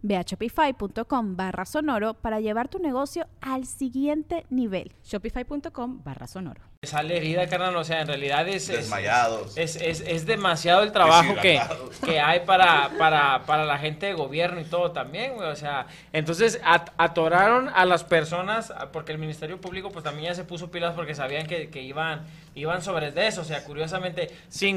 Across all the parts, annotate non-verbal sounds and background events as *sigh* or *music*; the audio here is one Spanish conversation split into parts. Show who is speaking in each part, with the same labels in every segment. Speaker 1: Ve a shopify.com barra sonoro para llevar tu negocio al siguiente nivel.
Speaker 2: Shopify.com barra sonoro.
Speaker 3: Sale herida, carnal, o sea, en realidad es... es-
Speaker 4: Desmayados.
Speaker 3: Es, es- es demasiado el trabajo que,
Speaker 4: Deshidratados.
Speaker 3: que hay para, para, para la gente de gobierno y todo también, güey. O sea, entonces at- atoraron a las personas, a- porque el Ministerio Público pues también ya se puso pilas porque sabían que, que iban, iban sobre de eso. O sea, curiosamente,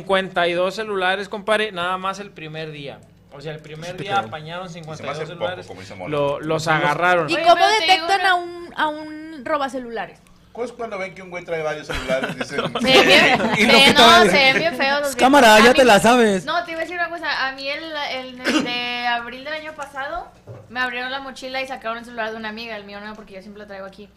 Speaker 3: 52 celulares, compadre, nada más el primer día. O sea, el primer día apañaron
Speaker 4: Se me hace
Speaker 3: 52
Speaker 4: poco,
Speaker 3: celulares,
Speaker 4: como dice Molo.
Speaker 3: lo- los agarraron.
Speaker 5: ¿Y
Speaker 6: Oye,
Speaker 5: cómo
Speaker 6: pero te digo
Speaker 5: detectan
Speaker 6: una-
Speaker 5: a un, a un roba celulares?
Speaker 4: ¿Cuál es cuando ven que un güey trae varios celulares? Dicen,
Speaker 6: *laughs* Se ven bien-
Speaker 7: *laughs* Y
Speaker 6: se
Speaker 7: lo que
Speaker 6: ven- no,
Speaker 7: tal.
Speaker 6: se ven bien feos. los
Speaker 7: Cámara,
Speaker 6: videos.
Speaker 7: ya
Speaker 6: A
Speaker 7: te
Speaker 6: mí-
Speaker 7: la sabes.
Speaker 6: No, te iba a decir una cosa. A mí el, el- el de abril del año pasado me abrieron la mochila y sacaron el celular de una amiga. El mío no, porque yo siempre lo traigo aquí.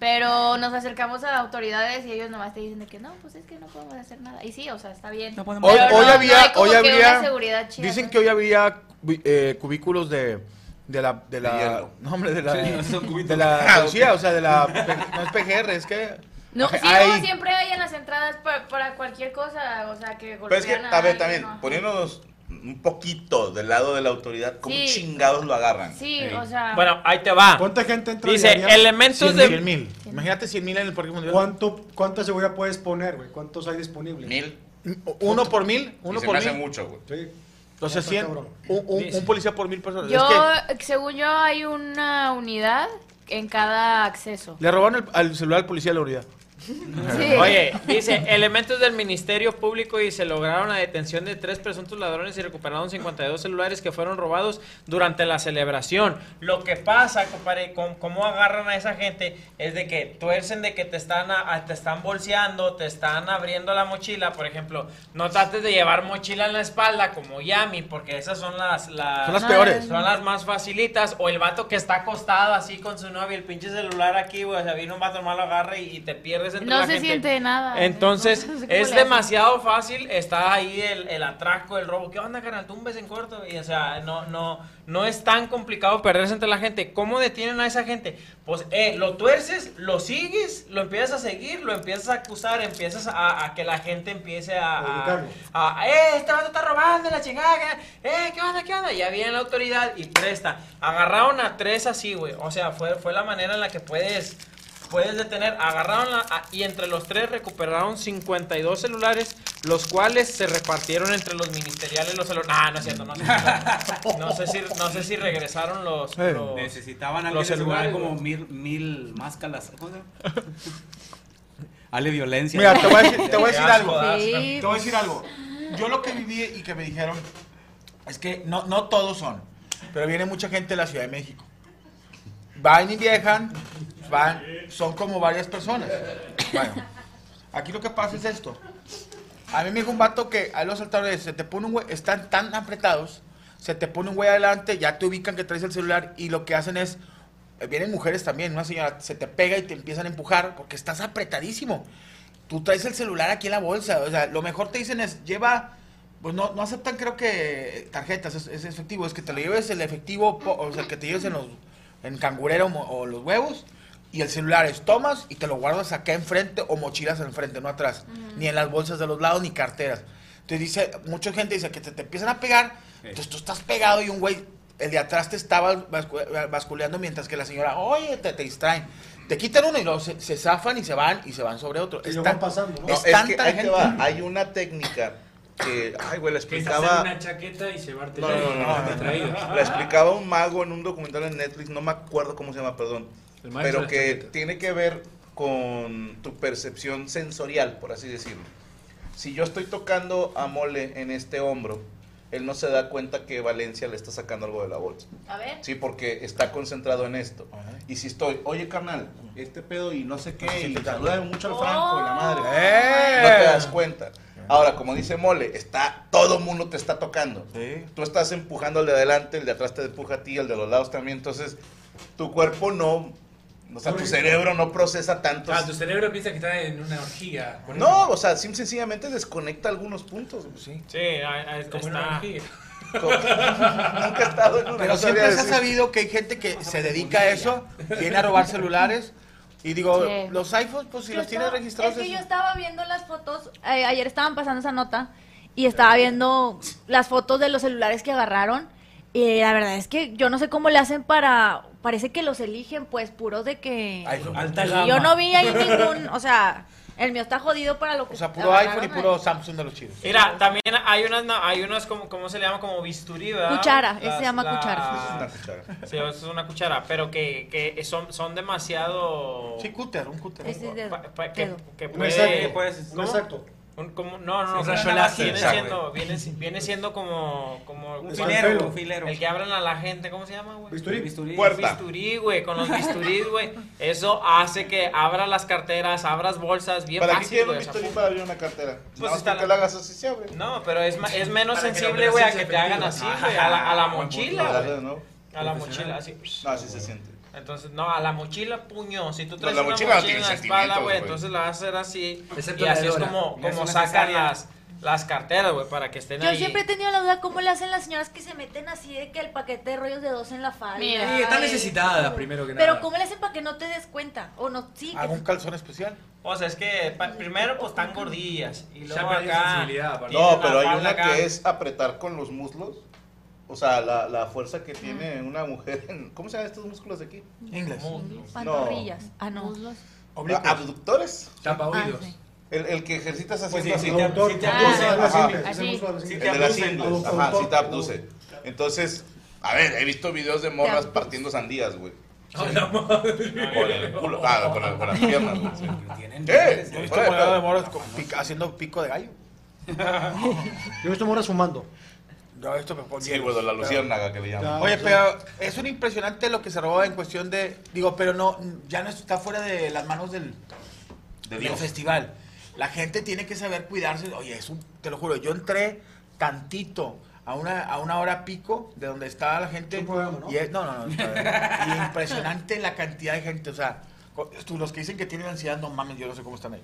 Speaker 6: Pero nos acercamos a autoridades y ellos nomás te dicen de que no, pues es que no podemos hacer nada. Y sí, o sea, está bien.
Speaker 7: No podemos-
Speaker 6: Pero
Speaker 8: Hoy,
Speaker 6: no-
Speaker 8: hoy
Speaker 6: no
Speaker 8: había,
Speaker 6: hay como
Speaker 8: hoy
Speaker 6: que
Speaker 8: había,
Speaker 6: una seguridad chida,
Speaker 8: dicen
Speaker 6: ¿no?
Speaker 8: que hoy había cubi- eh, cubículos de, de la, de la,
Speaker 4: hielo.
Speaker 8: no hombre, de la,
Speaker 7: Sí, no son cubículos.
Speaker 8: de la policía, o sea, de la, P- no es PGR, es que,
Speaker 6: No, sí,
Speaker 8: Ay.
Speaker 6: no, siempre hay en las entradas pa- para, cualquier cosa, o sea, que
Speaker 4: Pero es que,
Speaker 6: golpean
Speaker 4: a ver,
Speaker 6: alguien,
Speaker 4: también,
Speaker 6: ¿no?
Speaker 4: poniéndonos un poquito del lado de la autoridad, ¿cómo
Speaker 6: Sí.
Speaker 4: chingados lo agarran?
Speaker 6: Sí, o sea...
Speaker 3: Bueno, ahí te va.
Speaker 9: ¿Cuánta gente entra
Speaker 3: Dice,
Speaker 9: diaria?
Speaker 3: elementos
Speaker 8: 100
Speaker 3: de...
Speaker 8: mil, imagínate 100 mil en el Parque Mundial,
Speaker 9: ¿Cuánto, ¿Cuánta seguridad puedes poner, güey? ¿Cuántos hay disponibles?
Speaker 4: Mil.
Speaker 8: uno por mil,
Speaker 4: Uno
Speaker 8: uno
Speaker 4: se me
Speaker 8: por
Speaker 4: hace
Speaker 8: mil,
Speaker 4: mucho, güey.
Speaker 9: Sí.
Speaker 8: entonces
Speaker 9: Está
Speaker 8: 100, un,
Speaker 9: cabrón.
Speaker 8: un-
Speaker 3: Dice.
Speaker 8: un policía por mil personas,
Speaker 6: Yo,
Speaker 8: es que
Speaker 6: según yo, hay una unidad en cada acceso.
Speaker 8: le robaron el, al celular al policía de la unidad,
Speaker 6: Sí.
Speaker 3: Oye, dice, elementos del Ministerio Público y se lograron la detención de tres presuntos ladrones y recuperaron 52 celulares que fueron robados durante la celebración. Lo que pasa, compadre, con cómo agarran a esa gente es de que tuercen de que te están, a- a- te están bolseando, te están abriendo la mochila, por ejemplo. No trates de llevar mochila en la espalda como Yami, porque esas son las...
Speaker 6: Ah,
Speaker 3: las
Speaker 8: son las peores,
Speaker 3: son las más facilitas. O el vato que está acostado así con su novia, el pinche celular aquí, güey. O sea, viene un vato malo, agarra y, y te pierdes entre
Speaker 6: No
Speaker 3: la
Speaker 6: se
Speaker 3: gente.
Speaker 6: siente nada. *laughs*
Speaker 3: Entonces,
Speaker 6: No sé cómo
Speaker 3: es
Speaker 6: le hacen.
Speaker 3: demasiado fácil. Está ahí el, el atraco, el robo. ¿Qué onda, carnal? Tumbes en corto. Y, o sea, no, no, no es tan complicado perderse entre la gente. ¿Cómo detienen a esa gente? Pues, eh, lo tuerces, lo sigues, lo empiezas a seguir, lo empiezas a acusar, empiezas a, a que la gente empiece
Speaker 9: A
Speaker 3: a... a-
Speaker 9: educarlo.
Speaker 3: a- eh, este vato está robando la chingada, que- eh, ¿qué onda, qué onda? Ya viene la autoridad y presta. Agarraron a tres así, güey. O sea, fue, fue la manera en la que puedes, puedes detener. Agarraron la- a- y entre los tres recuperaron 52 celulares, los cuales se repartieron entre los ministeriales los celulares. Ah, no es cierto, no sé. No sé si, no sé si regresaron los...
Speaker 8: Eh,
Speaker 3: los-
Speaker 7: Necesitaban
Speaker 3: Los
Speaker 7: alguien que
Speaker 3: celulares,
Speaker 7: lugar como
Speaker 3: güey.
Speaker 7: mil, mil máscaras. ¿Cómo se llama? Ale violencia.
Speaker 8: mira, te voy a decir, te voy a
Speaker 3: Qué
Speaker 8: decir algo,
Speaker 3: asco, da.
Speaker 8: te voy a decir algo, yo lo que viví y que me dijeron es que no, no todos son, pero viene mucha gente de la Ciudad de México. Van y viajan, van, son como varias personas. Bueno, aquí lo que pasa es esto. A mí me dijo un vato que a los saltadores se te pone un güey, están tan apretados, se te pone un güey adelante, ya te ubican que traes el celular y lo que hacen es, eh, vienen mujeres también, una señora se te pega y te empiezan a empujar porque estás apretadísimo. Tú traes el celular aquí en la bolsa, o sea, lo mejor te dicen es, lleva, pues no, no aceptan creo que tarjetas, es, es efectivo, es que te lo lleves el efectivo, po- o sea, que te lleves en los, en cangurero mo- o los huevos. Y el celular es tomas y te lo guardas acá enfrente o mochilas enfrente, no atrás. Ni en las bolsas de los lados ni carteras. Entonces dice, mucha gente dice que te, te empiezan a pegar. Entonces tú estás pegado y un güey, el de atrás te estaba bascu- basculeando mientras que la señora, oye, te, te distraen. Te quitan uno y luego se, se zafan y se van y se van sobre otro.
Speaker 9: Y lo
Speaker 8: Están-
Speaker 9: van pasando, ¿no?
Speaker 4: No, es
Speaker 8: Pues es tanta
Speaker 4: que ahí te
Speaker 8: gente.
Speaker 4: va. Hay una técnica que, ay, güey, la explicaba...
Speaker 7: chaqueta y llevarte
Speaker 4: No, no, no, no, no. La explicaba un mago en un documental en Netflix, no me acuerdo cómo se llama, perdón.
Speaker 7: El maestro
Speaker 4: Pero
Speaker 7: de
Speaker 4: que
Speaker 7: chaqueta.
Speaker 4: tiene que ver con tu percepción sensorial, por así decirlo. Si yo estoy tocando a Mole en este hombro, él no se da cuenta que Valencia le está sacando algo de la bolsa.
Speaker 6: A ver.
Speaker 4: Sí, porque está concentrado en esto.
Speaker 8: Ajá.
Speaker 4: Y si estoy, oye carnal, este pedo y no sé qué,
Speaker 8: Sí,
Speaker 4: y le
Speaker 8: claro.
Speaker 4: saluda mucho al Franco, la madre.
Speaker 8: ¡Eh!
Speaker 4: No te das cuenta. Ahora, como dice Mole, está, todo mundo te está tocando.
Speaker 8: Sí.
Speaker 4: Tú estás empujando al de adelante, el de atrás te empuja a ti, el de los lados también. Entonces, tu cuerpo no, o sea, tu cerebro no procesa tanto.
Speaker 10: Ah, tu cerebro piensa que está en una orgía. con
Speaker 4: No, o sea, sim- sencillamente desconecta algunos
Speaker 3: *laughs*
Speaker 4: puntos. güey.
Speaker 3: Sí, ahí- ahí
Speaker 10: como en una
Speaker 3: está.
Speaker 10: orgía.
Speaker 4: Co- Nunca he estado en una.
Speaker 8: Pero
Speaker 4: no
Speaker 8: siempre
Speaker 4: sabría
Speaker 8: se ha
Speaker 4: decir.
Speaker 8: sabido que hay gente que se dedica a eso, viene a robar celulares. Y digo,
Speaker 6: Sí.
Speaker 8: los iPhones, pues si
Speaker 6: Yo
Speaker 8: los tienes
Speaker 6: estaba-
Speaker 8: registrados.
Speaker 6: Es que
Speaker 8: es-
Speaker 6: yo estaba viendo las fotos, eh, ayer estaban pasando esa nota y estaba viendo las fotos de los celulares que agarraron. Y la verdad es que yo no sé cómo le hacen para. Parece que los eligen, pues, puros de que.
Speaker 8: iPhone.
Speaker 10: Alta
Speaker 6: Y
Speaker 10: gama.
Speaker 6: yo no vi ahí ningún. O sea, el mío está jodido para lo que.
Speaker 8: O sea, puro
Speaker 6: agarraron eh.
Speaker 8: iPhone y
Speaker 6: ahí.
Speaker 8: puro Samsung de los chidos.
Speaker 3: Mira, también hay unas, na- hay unas como, ¿cómo se le llama? Como bisturí, ¿verdad?
Speaker 6: Cuchara, ese se llama
Speaker 4: Es una
Speaker 6: cuchara.
Speaker 4: cuchara.
Speaker 3: Sí, eso es una cuchara, pero que, que son, son demasiado...
Speaker 8: Sí, cúter, un cúter.
Speaker 6: Ese es de-
Speaker 3: pa- pa- que,
Speaker 6: dedo.
Speaker 3: que
Speaker 9: Un exacto.
Speaker 3: puede...
Speaker 9: un
Speaker 7: pues,
Speaker 3: ¿Cómo?
Speaker 9: exacto.
Speaker 3: Un- como- no, no, no,
Speaker 10: Un
Speaker 3: como
Speaker 10: rayo
Speaker 3: una-
Speaker 10: láser,
Speaker 3: viene
Speaker 7: exacto.
Speaker 3: siendo, viene, si- viene siendo como, como
Speaker 7: Un
Speaker 3: el-
Speaker 7: filero, un filero.
Speaker 3: el que abran a la gente, ¿cómo se llama, güey?
Speaker 9: ¿Bisturí?
Speaker 7: Bisturí.
Speaker 4: Puerta.
Speaker 3: Bisturí, güey, con los bisturís, güey.
Speaker 6: *laughs*
Speaker 3: Eso hace que abras las carteras, abras bolsas, bien
Speaker 4: ¿Para qué
Speaker 3: fácil,
Speaker 4: quiero
Speaker 3: güey.
Speaker 4: un
Speaker 3: o sea,
Speaker 4: bisturí para abrir una cartera?
Speaker 3: Pues
Speaker 4: Pues
Speaker 3: está
Speaker 4: está que la
Speaker 3: la-
Speaker 4: hagas así se abre.
Speaker 3: No, pero es, ma- es menos
Speaker 10: Para que la
Speaker 3: sensible, güey, a
Speaker 10: operación
Speaker 3: que
Speaker 10: sea
Speaker 3: te hagan así,
Speaker 10: efectiva.
Speaker 3: güey. A la, a la
Speaker 10: Ah, buen
Speaker 4: Ah,
Speaker 3: mochila,
Speaker 4: dale,
Speaker 3: güey.
Speaker 4: ¿no?
Speaker 3: A la mochila, así.
Speaker 4: No, así se siente.
Speaker 3: Entonces, no, a la mochila puño. Si tú traes
Speaker 4: la
Speaker 3: una
Speaker 4: mochila
Speaker 3: mochila,
Speaker 4: no tiene
Speaker 3: en la espalda,
Speaker 4: sentimientos,
Speaker 3: güey,
Speaker 4: güey.
Speaker 3: entonces la vas a hacer así.
Speaker 10: Excepto
Speaker 3: y
Speaker 10: la
Speaker 3: así
Speaker 10: de
Speaker 3: es
Speaker 10: Dora.
Speaker 3: como,
Speaker 7: Ya es
Speaker 3: como
Speaker 7: una
Speaker 3: sacan
Speaker 7: cesárea.
Speaker 3: las, las carteras, güey, para que estén
Speaker 6: Yo
Speaker 3: ahí.
Speaker 6: siempre he tenido la duda cómo le hacen las señoras que se meten así de que el paquete de rollos de dos en la falda.
Speaker 5: Mira.
Speaker 10: Sí, está
Speaker 6: Ay,
Speaker 10: necesitada, primero que nada.
Speaker 6: Pero cómo le hacen para que no te des cuenta. O no, sí. que-
Speaker 8: Hago un calzón especial.
Speaker 3: O sea, es que pa- primero, pues, están gordillas. Y
Speaker 10: Ya
Speaker 3: luego
Speaker 10: perdí
Speaker 3: acá
Speaker 10: sensibilidad, aparte.
Speaker 3: tienen
Speaker 4: No,
Speaker 3: la
Speaker 4: pero hay
Speaker 3: falda
Speaker 4: una
Speaker 3: acá.
Speaker 4: que es apretar con los muslos. O sea, la, la fuerza que tiene una mujer en... ¿Cómo se llaman estos músculos de aquí?
Speaker 8: Inglés.
Speaker 6: Pantorrillas. Ah, no.
Speaker 8: Oblicuos.
Speaker 4: ¿Abductores?
Speaker 10: Tapa
Speaker 6: Ah,
Speaker 10: oídos.
Speaker 6: sí.
Speaker 4: El, el que ejercitas haciendo
Speaker 7: sí,
Speaker 4: así.
Speaker 7: sí,
Speaker 4: ¿no?
Speaker 9: Doctor,
Speaker 7: Pues si te
Speaker 9: doctor,
Speaker 6: abducen,
Speaker 9: es las
Speaker 4: ajá.
Speaker 9: ingles, es
Speaker 6: Así.
Speaker 9: el músculo de las
Speaker 7: Si
Speaker 4: El
Speaker 7: te
Speaker 4: de
Speaker 9: ingles.
Speaker 4: las
Speaker 7: abducen, pues,
Speaker 4: ingles,
Speaker 9: los
Speaker 4: ajá, sí te
Speaker 9: autores.
Speaker 4: abduce. Entonces, a ver, he visto videos de morras
Speaker 6: abduce.
Speaker 4: partiendo sandías,
Speaker 7: *laughs*
Speaker 4: güey.
Speaker 10: Oh, la madre.
Speaker 4: Por el culo, ah, con, la- con las piernas, güey. sí.
Speaker 7: Tienen
Speaker 4: ¿Qué?
Speaker 8: Yo he visto
Speaker 4: Fuera de
Speaker 8: monedas de
Speaker 4: pedo.
Speaker 8: moros con pica- haciendo pico de gallo.
Speaker 9: Yo he visto morras fumando.
Speaker 8: Yo esto me pongo
Speaker 4: Sí, güey, de la luciérnaga que le llaman.
Speaker 9: Ya.
Speaker 8: Oye, pero es un impresionante lo que se robó en cuestión de. Digo, pero no, ya no está fuera de las manos del,
Speaker 4: De
Speaker 8: del
Speaker 4: Dios.
Speaker 8: festival. La gente tiene que saber cuidarse. Oye, es un, te lo juro, yo entré tantito a una, a una hora pico de donde estaba la gente.
Speaker 9: Un programa, ¿no?
Speaker 8: Y es- no, no, no, está bien. Y impresionante la cantidad de gente. O sea, co- tú, los que dicen que tienen ansiedad, no mames, yo no sé cómo están ahí.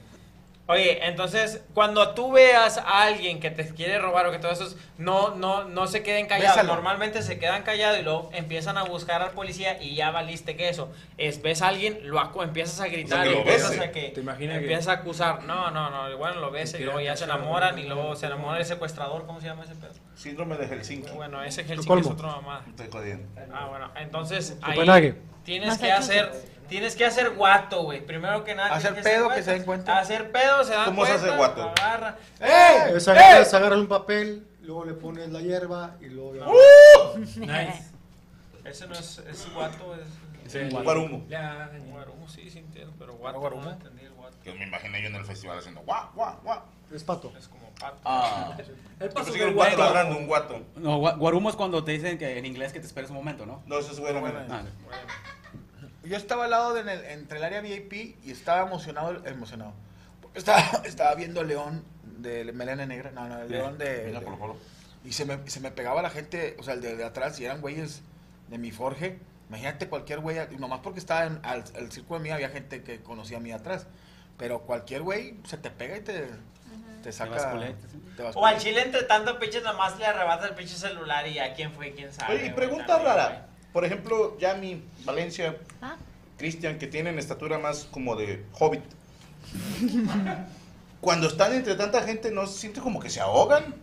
Speaker 3: Oye, entonces, cuando tú veas a alguien que te quiere robar o que todo eso, es- no, no, no se queden callados.
Speaker 8: Bésalo.
Speaker 3: Normalmente se quedan callados y luego empiezan a buscar al policía y ya valiste que eso. Es, ves a alguien, lo acu- empiezas a gritar,
Speaker 4: O sea, Pues que lo
Speaker 3: empiezas
Speaker 4: bese.
Speaker 3: a que,
Speaker 10: ¿Te imaginas que-
Speaker 3: empiezas a acusar. No, no, no, bueno, lo ves
Speaker 10: Te
Speaker 3: y luego
Speaker 10: quedan
Speaker 3: ya se
Speaker 10: callados.
Speaker 3: enamoran y luego se enamora el secuestrador, ¿cómo se llama ese pedo?
Speaker 4: Síndrome de Helsinki.
Speaker 3: Bueno, ese es el chico,
Speaker 9: Estocolmo.
Speaker 3: es otro mamá.
Speaker 4: Estoy jodiendo.
Speaker 3: Ah, bueno, entonces ahí
Speaker 9: Copenhague.
Speaker 3: tienes que hacer, tienes que hacer guato, güey. Primero que nada.
Speaker 8: Hacer
Speaker 3: tienes
Speaker 8: pedo,
Speaker 3: hacer
Speaker 8: que se den cuenta.
Speaker 3: Hacer pedo, se dan
Speaker 4: ¿Cómo se
Speaker 3: cuenta.
Speaker 4: hace guato?
Speaker 3: Agarra.
Speaker 8: ¡Eh!
Speaker 9: Es agarras, agarras un papel, luego le pones la hierba y luego... ya-
Speaker 8: ¡Uh!
Speaker 10: Nice.
Speaker 3: Ese no es, es guato, es...
Speaker 4: Guarumo.
Speaker 10: La-
Speaker 3: Guarumo, sí, sí entiendo, pero guato,
Speaker 8: Guarumo.
Speaker 3: no entendí el guato.
Speaker 4: Yo me imaginé yo en el festival haciendo guau, guau, guau.
Speaker 9: Es pato.
Speaker 3: Es como pato.
Speaker 4: Ah.
Speaker 10: El
Speaker 4: Yo
Speaker 10: paso
Speaker 4: pensé que
Speaker 10: del
Speaker 4: un guato
Speaker 10: guato.
Speaker 4: hablando un guato.
Speaker 7: No, gua- guarumo es cuando te dicen que en inglés que te esperes un momento, ¿no?
Speaker 4: No, eso es bueno.
Speaker 8: Bueno,
Speaker 4: mira.
Speaker 7: Ah,
Speaker 8: Yo estaba al lado de en el- entre el área VIP y estaba emocionado, emocionado. Porque Estaba, *laughs* estaba viendo León de Melena Negra, no, no, el León
Speaker 7: Eh,
Speaker 8: de...
Speaker 4: Mira,
Speaker 8: de-
Speaker 4: Colo Colo.
Speaker 8: y se me, se me pegaba la gente, o sea, el de, de atrás, y eran güeyes de mi forje. Imagínate cualquier güey, y nomás porque estaba en, al, al círculo de mí, había gente que conocía a mí atrás. Pero cualquier güey se te pega y te, te saca...
Speaker 7: basculeta, sí.
Speaker 8: te basculeta.
Speaker 3: O al chile, entre tanto, pinches, nada más le arrebata el pinche celular y a quién fue, quién sabe.
Speaker 4: Oye, y
Speaker 3: güey,
Speaker 4: pregunta
Speaker 3: también,
Speaker 4: rara. Por ejemplo, Yami, Valencia,
Speaker 6: Ah.
Speaker 4: Cristian, que tienen estatura más como de *laughs* hobbit. Cuando están entre tanta gente, ¿no siente como que se ahogan?
Speaker 3: güey.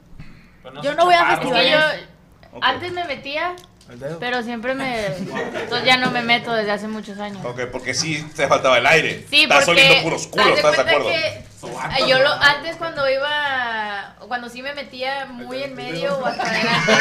Speaker 3: Pero
Speaker 6: Yo
Speaker 3: son
Speaker 6: no voy a
Speaker 3: chaparros,
Speaker 6: festivales.
Speaker 3: güey.
Speaker 6: Porque yo
Speaker 4: Ok.
Speaker 6: antes me metía,
Speaker 8: El dedo.
Speaker 6: pero siempre me... Entonces ya no me meto desde hace muchos años.
Speaker 4: Ok, porque sí te faltaba el aire.
Speaker 6: Sí,
Speaker 4: Estás
Speaker 6: porque...
Speaker 4: oliendo puros
Speaker 6: haz
Speaker 4: culos, ¿estás de
Speaker 6: cuenta
Speaker 4: acuerdo?
Speaker 6: que eh, yo lo, antes cuando iba,
Speaker 4: *laughs*
Speaker 6: cuando sí me metía muy en medio o hasta adelante,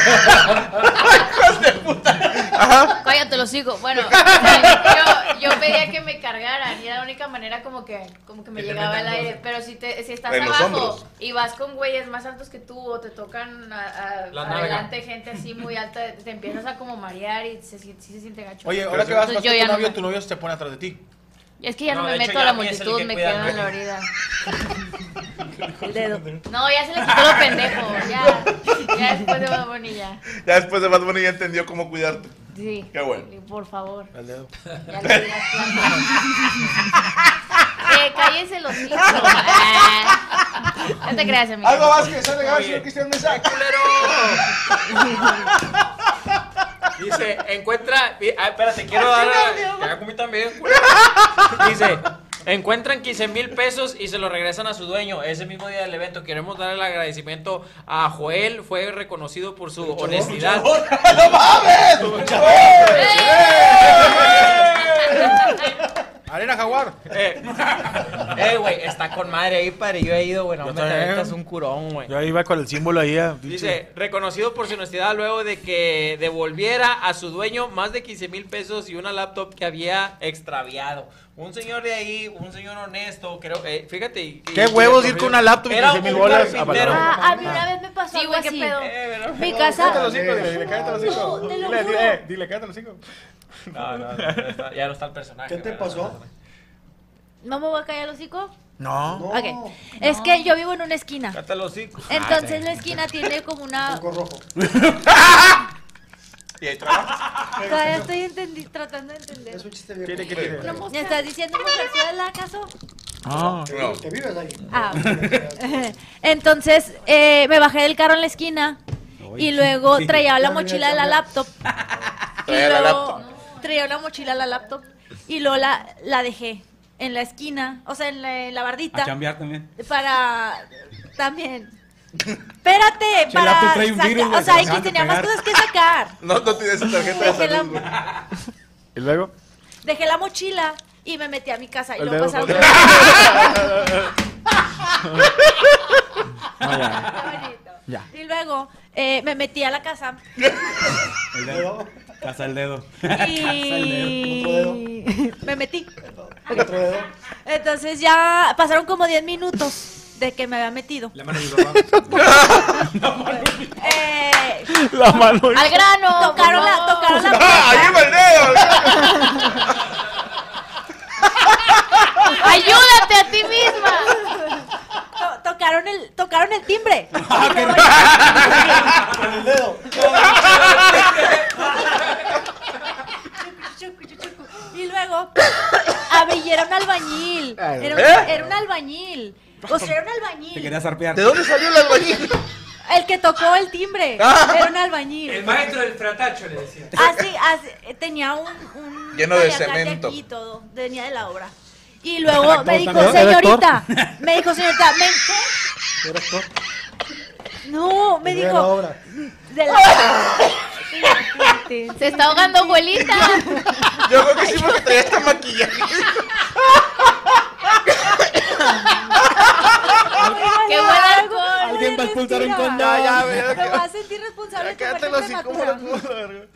Speaker 6: Cállate los hijos.
Speaker 4: *laughs*
Speaker 6: Bueno, yo, yo pedía que me cargaran y era la única manera como que, como que me
Speaker 10: Que te
Speaker 6: llegaba el
Speaker 10: metan
Speaker 6: aire.
Speaker 10: cosas.
Speaker 6: Pero si, te, si estás
Speaker 4: En los
Speaker 6: abajo
Speaker 4: hombros.
Speaker 6: y vas con güeyes más altos que tú o te tocan a- a-
Speaker 3: La nalga.
Speaker 6: adelante gente así muy alta, te empiezas a como marear y se, sí se siente gacho.
Speaker 8: Oye, ahora que vas vas
Speaker 6: Entonces, yo
Speaker 8: con
Speaker 6: ya
Speaker 8: tu
Speaker 6: no
Speaker 8: novio,
Speaker 6: me-
Speaker 8: tu novio se pone atrás de ti.
Speaker 6: Es que ya no,
Speaker 3: No,
Speaker 6: me
Speaker 3: de hecho,
Speaker 6: meto a la
Speaker 3: ya ni es el
Speaker 6: multitud,
Speaker 3: que
Speaker 6: me
Speaker 3: cuida,
Speaker 6: quedo en la
Speaker 3: ¿no?
Speaker 6: orilla. El dedo. No, ya se le quitó lo pendejo. Ya, ya después de Bad Bunny ya.
Speaker 4: Ya después de Bad Bunny ya entendió cómo cuidarte.
Speaker 6: Sí.
Speaker 4: Qué bueno.
Speaker 6: Y Por favor.
Speaker 8: Al dedo.
Speaker 6: Ya le di las plantas. Eh, cállense los hijos. Ah, no te creas, amigo.
Speaker 8: Algo más que se legal,
Speaker 3: Oye.
Speaker 8: señor Cristian Mesa.
Speaker 3: Dice, encuentra. y- ah, espérate, quiero dar. a- Ya comí también, güey. Dice, encuentran 15 mil pesos y se lo regresan a su dueño. Ese mismo día del evento, queremos dar el agradecimiento a Joel. Fue reconocido por su honestidad.
Speaker 8: ¡No mames!
Speaker 6: ¡Eh!
Speaker 8: Arena Jaguar.
Speaker 3: Eh, eh, güey, está con madre ahí, padre. Yo he ido, güey. No
Speaker 8: Yo
Speaker 3: me
Speaker 8: también.
Speaker 3: aventas un curón, güey.
Speaker 8: Yo ahí iba con el símbolo ahí. ah,
Speaker 3: Dice, reconocido por su honestidad luego de que devolviera a su dueño más de 15 mil pesos y una laptop que había extraviado. Un señor de ahí, un señor honesto, creo que, fíjate. y- y-
Speaker 8: ¿Qué huevos ir con una laptop y
Speaker 3: Era
Speaker 8: 15,000
Speaker 3: un
Speaker 8: bolas a
Speaker 3: carpintero.
Speaker 8: Valorant?
Speaker 5: Ah, a mí una vez me pasó
Speaker 6: Sí,
Speaker 5: algo
Speaker 6: güey, qué
Speaker 5: así.
Speaker 6: pedo.
Speaker 3: Eh, pero-
Speaker 5: Mi casa.
Speaker 8: Cállate los hijos, dile, cállate los hijos.
Speaker 5: No, te lo
Speaker 8: Dile,
Speaker 5: juro.
Speaker 8: dile, eh, dile, cállate los hijos.
Speaker 3: No, no, no, ya no está- ya no está el personaje.
Speaker 9: ¿Qué te
Speaker 3: ¿verdad?
Speaker 9: pasó?
Speaker 5: ¿No me voy a callar los hocico?
Speaker 8: No.
Speaker 5: Ok. Es que yo vivo en una esquina.
Speaker 3: Cállate los hijos.
Speaker 5: Entonces la esquina tiene como una.
Speaker 9: Poco rojo.
Speaker 4: Y ahí trabajas.
Speaker 5: Todavía estoy entendi- tratando de entender.
Speaker 9: Es un chiste
Speaker 8: Tiene
Speaker 9: bien.
Speaker 8: que tener.
Speaker 5: ¿Me estás diciendo mujerzuela acaso?
Speaker 8: Ah.
Speaker 4: No.
Speaker 9: Que vives ahí.
Speaker 5: Ah,
Speaker 9: *laughs*
Speaker 5: *laughs* Entonces eh, me bajé del carro en la esquina y
Speaker 7: *laughs*
Speaker 5: luego traía la mochila de la laptop. Y
Speaker 4: Traía la
Speaker 5: luego
Speaker 4: laptop.
Speaker 5: traía una mochila de la laptop y luego la, la dejé en la esquina, o sea, en la, en la
Speaker 7: A
Speaker 5: bardita
Speaker 7: chambear también.
Speaker 5: para también. Espérate,
Speaker 7: laptop
Speaker 5: para
Speaker 7: trae un virus,
Speaker 5: sacar-
Speaker 7: güey,
Speaker 5: o sea,
Speaker 7: se la
Speaker 5: X
Speaker 7: acaban de
Speaker 5: tenía más
Speaker 7: pegar.
Speaker 5: cosas que
Speaker 7: *laughs*
Speaker 5: sacar.
Speaker 4: No, no tienes tarjeta de
Speaker 5: Dejé la,
Speaker 4: salud. güey. *laughs*
Speaker 8: ¿Y luego?
Speaker 5: dejé la mochila y me metí a mi casa y
Speaker 8: El
Speaker 5: luego
Speaker 8: dedo,
Speaker 5: pasaron.
Speaker 8: el
Speaker 7: No, ya.
Speaker 5: Qué bonito.
Speaker 7: Ya.
Speaker 5: Y luego eh, me metí a la casa
Speaker 7: El dedo. Casa el dedo. *laughs*
Speaker 5: y me metí.
Speaker 9: Otro dedo.
Speaker 5: Entonces ya pasaron como 10 minutos de que me había metido.
Speaker 10: La mano de mi papá.
Speaker 11: *laughs*
Speaker 5: Eh,
Speaker 8: La mano.
Speaker 6: Al grano.
Speaker 5: tocaron
Speaker 6: por
Speaker 5: la,
Speaker 6: favor.
Speaker 5: tocaron
Speaker 8: *laughs*
Speaker 5: la
Speaker 4: ¡Ah! ¡Ahí
Speaker 5: puerta.
Speaker 4: va el dedo!
Speaker 6: Ayúdate a ti misma.
Speaker 5: to- tocaron el, tocaron el timbre.
Speaker 9: Con el dedo.
Speaker 5: Y luego, a ver, y era un albañil. Era un,
Speaker 4: ¿Eh?
Speaker 5: era un albañil. O sea, era un
Speaker 7: Te
Speaker 5: albañil.
Speaker 7: quería zarpear.
Speaker 4: ¿De dónde salió el albañil?
Speaker 5: El que tocó el timbre.
Speaker 4: Ah.
Speaker 5: Era un albañil.
Speaker 10: El maestro del fratacho le decía.
Speaker 5: Así, así, eh, tenía un, un
Speaker 4: Lleno de
Speaker 5: paliacate
Speaker 4: cemento.
Speaker 5: aquí y todo, venía de la obra. Y luego me dijo,
Speaker 7: también.
Speaker 5: señorita, me dijo, señorita, ¿me qué?
Speaker 9: Era esto.
Speaker 5: No, me
Speaker 9: Venía de la
Speaker 5: dijo,
Speaker 9: obra.
Speaker 5: de la *laughs* obra.
Speaker 6: Se está
Speaker 5: *laughs*
Speaker 6: ahogando, abuelita.
Speaker 4: Yo creo que sí porque traía esta *laughs* maquillaje.
Speaker 6: Qué buen alcohol.
Speaker 7: Alguien va a expulsar un condón.
Speaker 4: ya,
Speaker 5: Me voy a sentir responsable de tu
Speaker 4: Cállate
Speaker 5: parte
Speaker 4: así como la
Speaker 5: natural.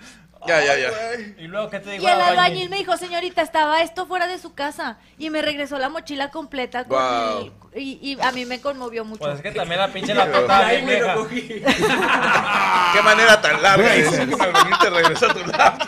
Speaker 4: Ya, ya, ya.
Speaker 3: Y luego, ¿qué te Ah, digo?
Speaker 5: Y el albañil me dijo, señorita, estaba esto fuera de su casa. Y me regresó la mochila completa con
Speaker 4: Guau.
Speaker 5: el- y, y a mí me conmovió mucho.
Speaker 3: Pues es que también la pinche laptop
Speaker 4: Ahí,
Speaker 3: estaba
Speaker 10: Ahí
Speaker 3: bien
Speaker 10: me
Speaker 3: vieja.
Speaker 10: lo cogí.
Speaker 4: Qué manera tan larga de
Speaker 3: eh.
Speaker 4: decir que un albañil te regresa a tu lado.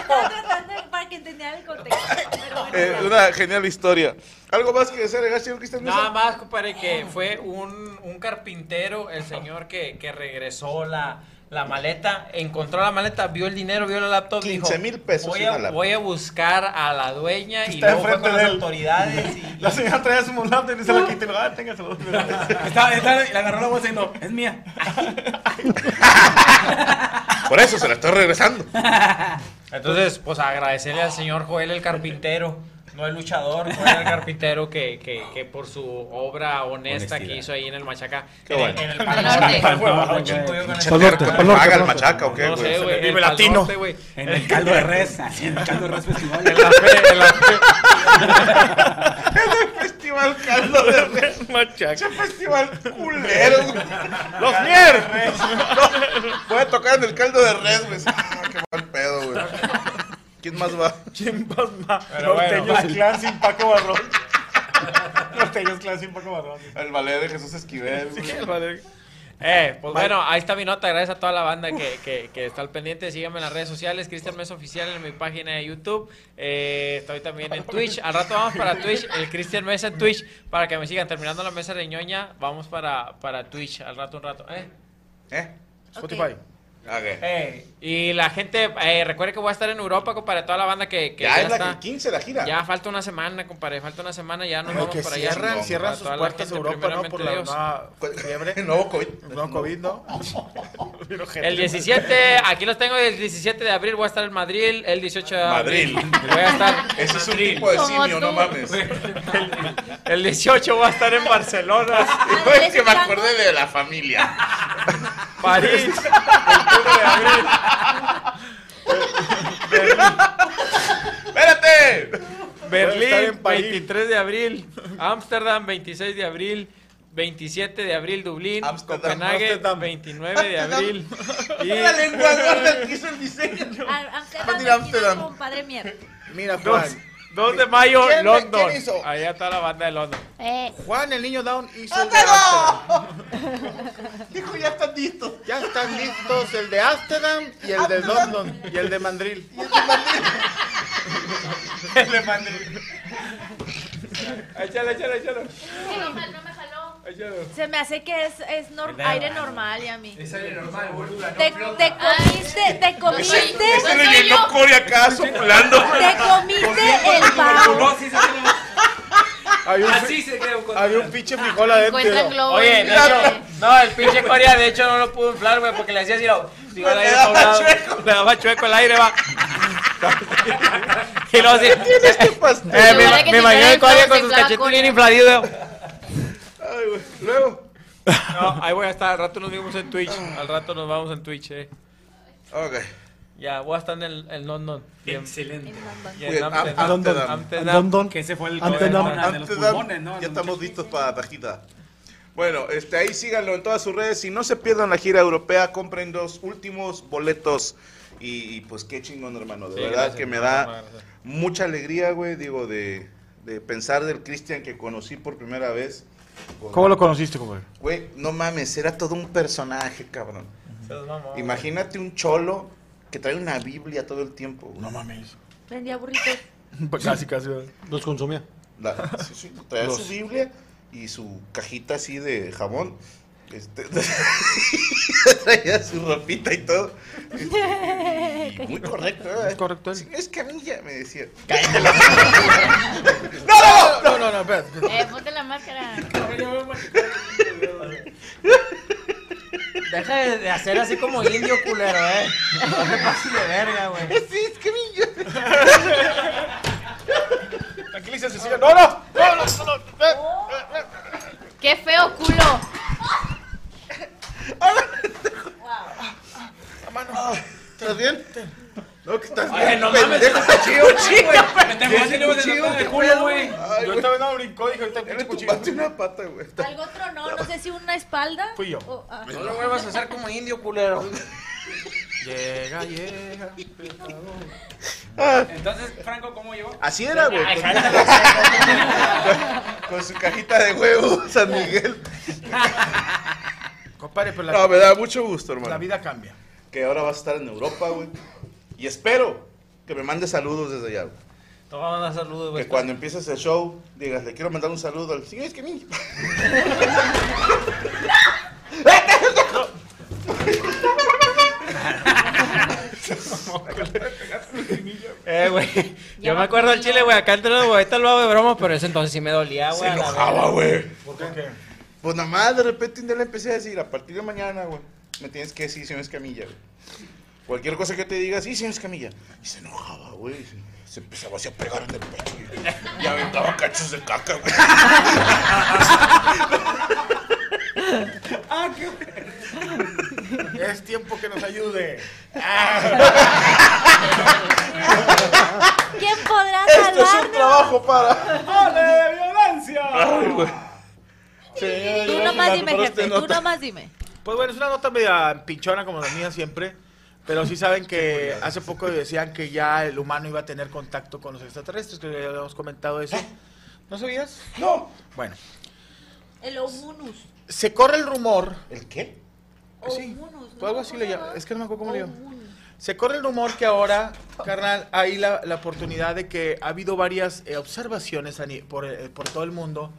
Speaker 5: Estaba tratando de- para que entendieran el contexto. pero bueno,
Speaker 4: Eh,
Speaker 5: ya.
Speaker 4: una genial historia. ¿Algo más que desear, Gas, señor Cristian
Speaker 3: Nada
Speaker 4: Mesa?
Speaker 3: más, compadre, que fue un, un carpintero, el señor que, que regresó la, la maleta, encontró la maleta, vio el dinero, vio la laptop, dijo...
Speaker 4: 15,000 pesos
Speaker 3: Voy
Speaker 4: y una
Speaker 3: a,
Speaker 4: laptop".
Speaker 3: voy a buscar a la dueña y
Speaker 8: Está
Speaker 3: luego fue
Speaker 8: enfrente
Speaker 3: con las
Speaker 8: de él.
Speaker 3: autoridades
Speaker 7: *laughs*
Speaker 3: y...
Speaker 8: La señora traía su mulato y se la quita y lo ah, téngaselo.
Speaker 7: Estaba, estaba, le agarró la bolsa y no, es mía.
Speaker 4: Por eso se la estoy regresando.
Speaker 3: Entonces, pues agradecerle al señor Joel el carpintero, no el luchador, Joel el carpintero que, que, que por su obra honesta que
Speaker 7: Honestidad.
Speaker 3: hizo ahí en el Machaca,
Speaker 4: Qué
Speaker 3: en,
Speaker 4: bueno.
Speaker 3: en el
Speaker 6: Al norte.
Speaker 3: Pal- Pal- chingo yo con ese-
Speaker 4: Paga el machaca o qué,
Speaker 3: No sé,
Speaker 4: güey.
Speaker 3: güey.
Speaker 8: Vive
Speaker 3: el
Speaker 8: latino.
Speaker 3: palote, güey.
Speaker 7: En el caldo de res. Así en el caldo de res festival.
Speaker 3: En la fe- en la fe-
Speaker 4: Festival Caldo de Res. Machaca. Che festival culero, güey. Los Mier. No, Voy a tocar en el caldo de res, güey. Ah, qué mal pedo, güey. ¿Quién más va?
Speaker 11: ¿Quién más va?
Speaker 4: Pero
Speaker 11: Norteños
Speaker 4: bueno, vale.
Speaker 11: Clan sin Paco Barrón. Norteños Clan sin Paco Barrón.
Speaker 4: El ballet de Jesús Esquivel, güey.
Speaker 3: Eh, pues
Speaker 4: Vale.
Speaker 3: bueno, ahí está mi nota. Gracias a toda la banda que, que- que está al pendiente. Síganme en las redes sociales. Cristian Mesa Oficial en mi página de YouTube. Eh, estoy también en Twitch. Al rato vamos para Twitch. El Cristian Mesa en Twitch. Para que me sigan. Terminando la mesa de ñoña, vamos para, para Twitch. Al rato, un rato. ¿Eh?
Speaker 4: ¿Eh?
Speaker 3: Spotify.
Speaker 4: Ok.
Speaker 3: Eh, y la gente, eh, recuerde que voy a estar en Europa, compadre, toda la banda que, que
Speaker 4: Ya es la
Speaker 3: está.
Speaker 4: que 15 la gira.
Speaker 3: Ya falta una semana, compadre, falta una semana, ya nos
Speaker 11: Pero
Speaker 3: vamos
Speaker 11: que
Speaker 3: Ah, para allá.
Speaker 11: cierran,
Speaker 3: Para
Speaker 11: cierran
Speaker 3: toda
Speaker 11: sus
Speaker 3: la
Speaker 11: puertas
Speaker 3: gente,
Speaker 11: a Europa, ¿no?
Speaker 3: primeramente
Speaker 11: Por la
Speaker 3: Dios.
Speaker 11: nueva fiebre.
Speaker 4: *laughs* Nuevo COVID.
Speaker 11: Nuevo COVID, ¿no?
Speaker 3: El 17, aquí los tengo, el 17 de abril voy a estar en Madrid, el 18 de abril.
Speaker 4: Madrid.
Speaker 3: Voy a estar.
Speaker 4: Ese es un
Speaker 3: Madrid.
Speaker 4: tipo de
Speaker 5: Como
Speaker 4: simio, no
Speaker 5: tú.
Speaker 4: mames. *laughs*
Speaker 3: El 18 voy a estar en Barcelona,
Speaker 4: Es que me acordé de la familia.
Speaker 3: París,
Speaker 4: ¡Espérate!
Speaker 11: Voy a estar
Speaker 3: Berlín,
Speaker 11: en París.
Speaker 3: 23 de abril, Ámsterdam, 26 de abril. 27 de abril Dublín,
Speaker 4: Ámsterdam,
Speaker 3: Copenhague,
Speaker 11: Ámsterdam.
Speaker 3: 29 de abril y
Speaker 4: La lengua gorda que hizo el diseño.
Speaker 5: A-
Speaker 4: Van a ir
Speaker 5: Amsterdam,
Speaker 4: a
Speaker 5: Amsterdam.
Speaker 4: Amsterdam.
Speaker 5: compadre Mier.
Speaker 11: Mira,
Speaker 3: 2,
Speaker 11: Juan.
Speaker 3: de mayo
Speaker 11: ¿Quién- quién
Speaker 3: London.
Speaker 11: hizo?
Speaker 3: Allá está la banda de London.
Speaker 5: Eh,
Speaker 11: Juan, el niño Down hizo el de Amsterdam.
Speaker 4: ¡Ótalo! Dijo, ya están listos.
Speaker 11: Ya están listos el de Amsterdam y el de London y el de Mandril.
Speaker 3: Échale, échale, échalo.
Speaker 6: No me no me jaló.
Speaker 5: se me hace que es, es nor- aire normal y a mí.
Speaker 10: Es aire normal, boluda. No
Speaker 5: Te,
Speaker 10: flota.
Speaker 5: te comiste, te comiste,
Speaker 4: Ese lo
Speaker 6: soy
Speaker 4: llenó
Speaker 6: yo.
Speaker 4: Corea acá soplando.
Speaker 5: te comiste el pavo.
Speaker 10: No, sí se quedó.
Speaker 11: Había un,
Speaker 10: Así se quedó con.
Speaker 11: había un pinche frijol adentro.
Speaker 6: Encuentra el globo.
Speaker 3: Oye,
Speaker 6: en-
Speaker 3: de hecho, no, el pinche Corea de hecho no lo pudo inflar, güey, porque le hacía así, lo- digo, el
Speaker 4: Le
Speaker 3: aire
Speaker 4: daba
Speaker 3: por un lado,
Speaker 4: chueco.
Speaker 3: le daba chueco el aire, *laughs* va. y luego así,
Speaker 4: Tienes que pastel.
Speaker 3: eh, me,
Speaker 6: Igual
Speaker 3: ima-
Speaker 6: hay que quitar
Speaker 3: me imagino
Speaker 6: el
Speaker 3: el Corea
Speaker 6: flow,
Speaker 3: con
Speaker 6: se
Speaker 3: sus
Speaker 6: inflaba
Speaker 3: cachetes
Speaker 6: Corea.
Speaker 3: bien infladitos.
Speaker 4: Ay, güey. Luego.
Speaker 3: No, ahí voy a estar, al rato nos vemos en Twitch, al rato nos vamos en Twitch, eh.
Speaker 4: Ok.
Speaker 3: Ya, voy a estar en el en London. Y en-
Speaker 7: Excelente.
Speaker 3: y en
Speaker 4: Bien,
Speaker 3: Amsterdam.
Speaker 4: Am- Amsterdam.
Speaker 3: Amsterdam.
Speaker 11: London.
Speaker 7: Que ese fue el
Speaker 11: Antes
Speaker 7: corona
Speaker 11: no-
Speaker 7: de los
Speaker 4: Antes, Dan,
Speaker 7: pulmones, ¿no?
Speaker 4: ya estamos listos para Tajita. Bueno, este, ahí síganlo en todas sus redes. Si no se pierdan la gira europea, compren los últimos boletos. Y, y, pues qué chingón, hermano. De
Speaker 3: Sí,
Speaker 4: verdad
Speaker 3: gracias,
Speaker 4: que me
Speaker 3: mi
Speaker 4: da
Speaker 3: hermano, gracias.
Speaker 4: mucha alegría, güey. Digo, de, de pensar del Cristian que conocí por primera vez. Pues,
Speaker 11: ¿Cómo lo conociste, compadre?
Speaker 4: Güey, no mames, era todo un personaje, cabrón.
Speaker 3: Seas mamón.
Speaker 4: Imagínate un cholo que trae una Biblia todo el tiempo. güey.
Speaker 11: mames.
Speaker 5: Vendía burritos.
Speaker 11: Pues Casi, casi. Los consumía.
Speaker 4: La- sí, sí, traía
Speaker 11: Los-
Speaker 4: su Biblia y su cajita así de jabón. Este, *laughs* traía su ropita y todo. Y- y muy correcto, ¿verdes?
Speaker 11: correcto él.
Speaker 4: es camilla, me decía. *laughs*
Speaker 11: No, no, no, espera.
Speaker 6: Eh, ponte la máscara.
Speaker 3: Deja de, de hacer así como indio culero, *laughs* eh. No te pases de verga, güey.
Speaker 4: Sí, es camilla.
Speaker 11: Tranquilícense, sigan. No, no.
Speaker 6: ¡Qué feo culo!
Speaker 4: ¿Estás bien? No, que estás
Speaker 10: Oye,
Speaker 4: bien.
Speaker 10: no mames.
Speaker 4: pendejo, está chido, chica.
Speaker 10: Me te mojaste luego de la de culo, güey.
Speaker 4: Ay,
Speaker 11: Yo
Speaker 4: güey,
Speaker 11: estaba no brincó, dijo ahorita
Speaker 4: ya
Speaker 11: pinche
Speaker 4: le
Speaker 11: cuchillo.
Speaker 4: tumbaste una pata, güey.
Speaker 5: Algo otro no, no sé si una espalda.
Speaker 11: Fui yo.
Speaker 5: o- ah.
Speaker 3: No lo vuelvas a hacer como indio culero.
Speaker 11: Llega, llega.
Speaker 10: Entonces, Franco, ¿cómo llegó?
Speaker 4: Así era, güey. Con, con su cajita de huevos, San Miguel.
Speaker 11: Compadre, pero la,
Speaker 4: No, me da mucho gusto, hermano.
Speaker 11: la vida cambia.
Speaker 4: que ahora vas a estar en Europa, güey. Y espero que me mandes saludos desde allá, güey.
Speaker 3: Toma mandar saludos, güey.
Speaker 4: Que cuando empieces el show, digas, le quiero mandar un saludo al señor Esquemillo.
Speaker 3: Eh, güey. Yo me acuerdo del chile, güey. Acá entre los boletas lo hago de broma, pero ese entonces sí me
Speaker 8: Ah,
Speaker 3: dolía,
Speaker 4: *laughs*
Speaker 3: güey.
Speaker 4: Se
Speaker 3: a la
Speaker 4: enojaba, güey.
Speaker 11: ¿Por qué?
Speaker 4: Pues nada más, de repente un día le empecé a decir, a partir de mañana, güey, me tienes que decir señor Escamilla, güey. Cualquier cosa que te diga, sí, señor Escamilla. Y se enojaba, güey. y se- Se empezaba así a pegar en el pecho. güey. Y aventaba cachos de caca, güey.
Speaker 11: Es tiempo que nos ayude.
Speaker 5: ¿Quién podrá
Speaker 4: Esto es un
Speaker 5: salvarnos?
Speaker 4: trabajo para...
Speaker 11: ¡Ole, violencia!
Speaker 4: Ay, güey.
Speaker 5: Tú nomás dime, jefe, tú nomás dime.
Speaker 8: *laughs* Pues bueno, es una nota media pichona como la mía siempre. Pero sí saben que hace poco decían que ya el humano iba a tener contacto con los extraterrestres, que ya habíamos comentado eso. ¿No sabías? No. Bueno,
Speaker 5: El homunus.
Speaker 8: se corre el rumor. ¿El qué? Sí,
Speaker 5: Homunus.
Speaker 8: o algo así le llaman. Es que no me acuerdo cómo le llaman. Se corre el rumor que ahora, carnal, hay la, la oportunidad de que ha habido varias eh, observaciones a ni- por, eh, por todo el mundo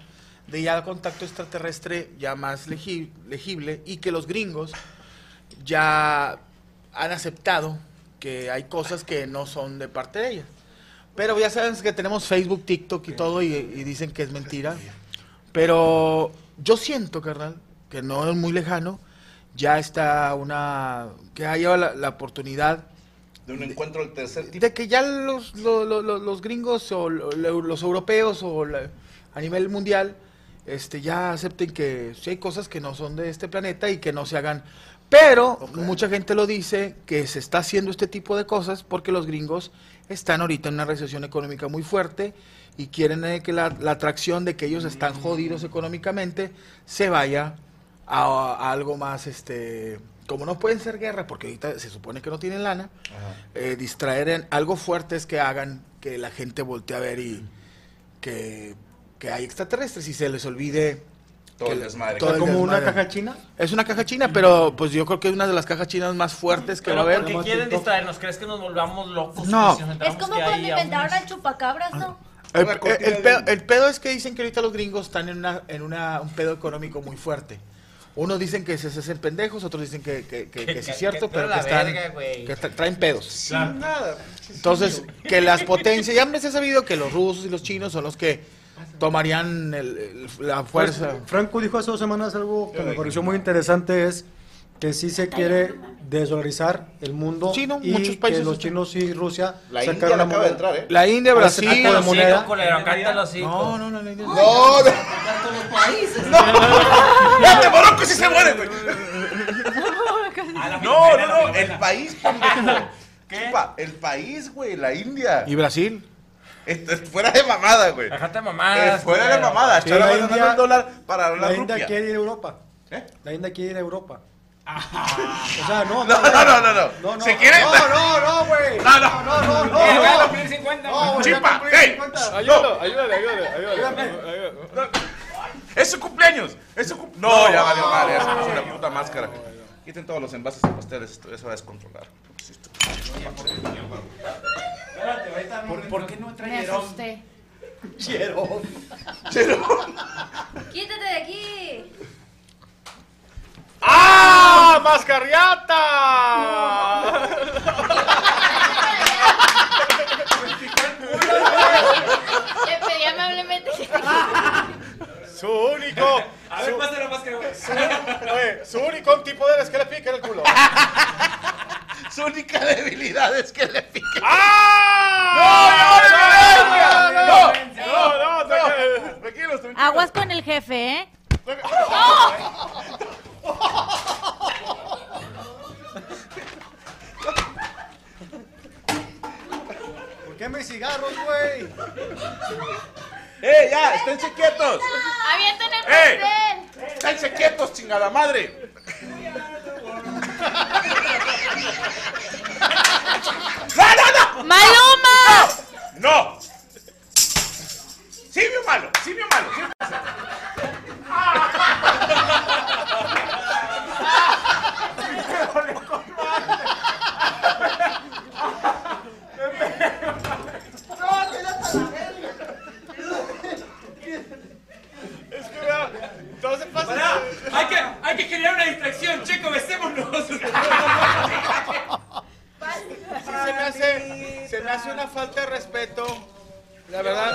Speaker 8: de ya contacto extraterrestre ya más legi- legible y que los gringos ya han aceptado que hay cosas que no son de parte de ellas. Pero ya saben que tenemos Facebook, TikTok y todo y, y dicen que es mentira. Pero yo siento, carnal, que no es muy lejano, ya está una... que ha llegado la, la oportunidad...
Speaker 4: De un encuentro del tercer
Speaker 8: tipo. De que ya los, lo- lo- lo- los gringos o lo- lo- los europeos o la- a nivel mundial este, ya acepten que sí hay cosas que no son de este planeta y que no se hagan. Pero mucha gente lo dice que se está haciendo este tipo de cosas porque los gringos están ahorita en una recesión económica muy fuerte y quieren eh, que la, la atracción de que ellos están jodidos económicamente se vaya a, a algo más, este, como no pueden ser guerra porque ahorita se supone que no tienen lana, eh, distraer en algo fuertes que hagan que la gente voltee a ver y que, que hay extraterrestres y se les olvide
Speaker 4: Todo
Speaker 8: que
Speaker 4: el
Speaker 8: la-
Speaker 4: desmadre.
Speaker 8: todo el
Speaker 9: ¿Como una
Speaker 8: desmadre.
Speaker 9: caja china?
Speaker 8: Es una caja china, pero pues yo creo que es una de las cajas chinas más fuertes que va
Speaker 3: Pero
Speaker 8: a haber.
Speaker 3: porque quieren distraernos, ¿crees que nos volvamos locos? Pues
Speaker 8: No.
Speaker 3: si nos
Speaker 5: Es
Speaker 3: enteramos
Speaker 5: como
Speaker 3: que hay
Speaker 5: cuando
Speaker 3: a un-
Speaker 5: inventaron al chupacabras, ¿no?
Speaker 8: El,
Speaker 4: Una
Speaker 8: el-
Speaker 4: cortina
Speaker 8: el
Speaker 4: de
Speaker 8: pedo,
Speaker 4: humo.
Speaker 8: el pedo es que dicen que ahorita los gringos están en, una, en una- un pedo económico muy fuerte. Unos dicen que se se hacen pendejos, otros dicen que, que- que- que sí
Speaker 3: que-
Speaker 8: es cierto,
Speaker 3: que
Speaker 8: pero que
Speaker 3: toda la
Speaker 8: están
Speaker 3: verga, güey.
Speaker 8: que tra- traen pedos.
Speaker 3: Claro.
Speaker 4: Nada.
Speaker 8: Entonces, que las potencias, ya me he sabido que los rusos y los chinos son los que tomarían el- el- la
Speaker 3: Pues,
Speaker 8: fuerza.
Speaker 9: Pues, Franco dijo hace dos semanas algo que me pareció muy interesante es que sí se quiere desdolarizar el mundo
Speaker 8: Sí, no,
Speaker 9: y
Speaker 8: muchos países
Speaker 9: que los
Speaker 8: están-
Speaker 9: chinos y Rusia
Speaker 8: La
Speaker 9: sacaron
Speaker 8: India le
Speaker 9: la
Speaker 8: acaba de
Speaker 9: moneda.
Speaker 8: entrar, ¿eh? La India,
Speaker 9: Ahora se sacó la
Speaker 8: Brasil. Cántalo,
Speaker 9: moneda.
Speaker 3: Sí, colero, cántalo así.
Speaker 8: No, no, no, no. no.
Speaker 4: No, no. *laughs* ¡Date, Morocco, si se muere, güey! No, no, no, el país,
Speaker 8: *laughs*
Speaker 4: pendejo. Chupa, el país, güey, la India.
Speaker 8: ¿Y Brasil?
Speaker 4: Esto es fuera de mamada, güey.
Speaker 3: Déjate
Speaker 4: Eh,
Speaker 8: Ah,
Speaker 3: mamadas.
Speaker 4: fuera de
Speaker 3: culero.
Speaker 4: mamada.
Speaker 9: Sí,
Speaker 4: Está
Speaker 9: la
Speaker 4: abandonando
Speaker 9: India-
Speaker 4: el dólar para la
Speaker 9: La India
Speaker 4: rupia. ¿Eh?
Speaker 9: quiere ir a Europa. La India quiere ir a Europa.
Speaker 8: Ah.
Speaker 9: O sea,
Speaker 8: *laughs*
Speaker 9: no.
Speaker 4: No, no, no, no, no.
Speaker 9: No, no.
Speaker 4: Se quiere-
Speaker 9: No, no, no, güey.
Speaker 4: No, no.
Speaker 9: no, no, no.
Speaker 7: Eh, voy a
Speaker 9: no.
Speaker 7: cumplir 50.
Speaker 9: No, güey, ya
Speaker 4: Chipa,
Speaker 9: cumplí
Speaker 4: hey.
Speaker 9: 50.
Speaker 4: Ayúdalo,
Speaker 8: ayúdale, ayúdale,
Speaker 9: ayúdale,
Speaker 4: Es su cumpleaños. Es su cum- No, ya valió madre. Ya se puso la puta máscara. Quiten todos los envases de pasteles. Esto ya se va a descontrolar. Sí, esto-
Speaker 12: ¿Por, por qué no
Speaker 6: Me
Speaker 12: trae Jerón?
Speaker 6: asusté.
Speaker 5: Quítate de aquí.
Speaker 8: ¡Ah! ¡Mascarriata!
Speaker 6: Ya pedí amablemente que te
Speaker 8: Su único.
Speaker 7: A ver, pásale la máscara, güey.
Speaker 8: Oye, Eh, su único tipo de es que le pica el culo.
Speaker 4: *laughs* Su única debilidad es que le pica.
Speaker 8: ¡Ah! ¡No, no, no! ¡No, no, no!
Speaker 4: Tranquilos, tranquilos.
Speaker 5: Aguas con el jefe, ¿eh?
Speaker 9: ¿Por qué mis cigarros, güey?
Speaker 4: ¡Eh, ya! ¡Esténse quietos!
Speaker 6: ¡Avienten el
Speaker 4: ¡Eh!
Speaker 6: pastel!
Speaker 4: ¡Esténse quietos, chingada madre! *laughs* ¡No, no,
Speaker 5: ¡Maluma!
Speaker 4: no! ¡No! ¡Simio malo! ¡Simio malo! simio-
Speaker 7: Pará, Hay que, hay que generar una distracción, checo, besémonos.
Speaker 8: Sí, se me hace, se me hace una falta de respeto. La verdad.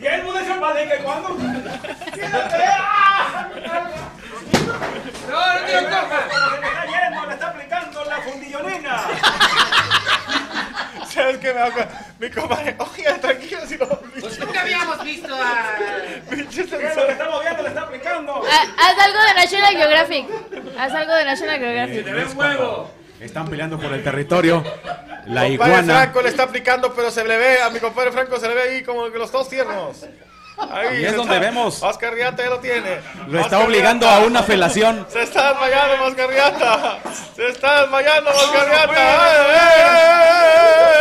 Speaker 7: Y el mundo se que cuando. No, no te lo comas. Me está yendo, le está aplicando la fundillonena.
Speaker 8: *laughs* ¿Sabes qué me hago? Mi compadre, oye, tranquilo, si no.
Speaker 7: Pues Nunca habíamos visto a.
Speaker 8: *laughs* Pinche
Speaker 7: Lo que está moviendo le está aplicando.
Speaker 6: Ah, Haz algo de National Geographic. Haz algo de National Geographic.
Speaker 7: Te ves huevo.
Speaker 12: Están peleando por el territorio. La
Speaker 8: Compadre
Speaker 12: iguana.
Speaker 8: Franco le está aplicando, pero se le ve, a mi compadre Franco se le ve ahí como que los dos tiernos.
Speaker 7: Ahí
Speaker 8: Y es
Speaker 7: se
Speaker 8: donde
Speaker 7: está-
Speaker 8: vemos.
Speaker 7: Oscar Riata ya lo tiene.
Speaker 8: Lo está
Speaker 7: Oscar
Speaker 8: obligando
Speaker 7: Riata.
Speaker 8: a una felación.
Speaker 7: Se está desmayando Oscar Riata. Se está desmayando Oscar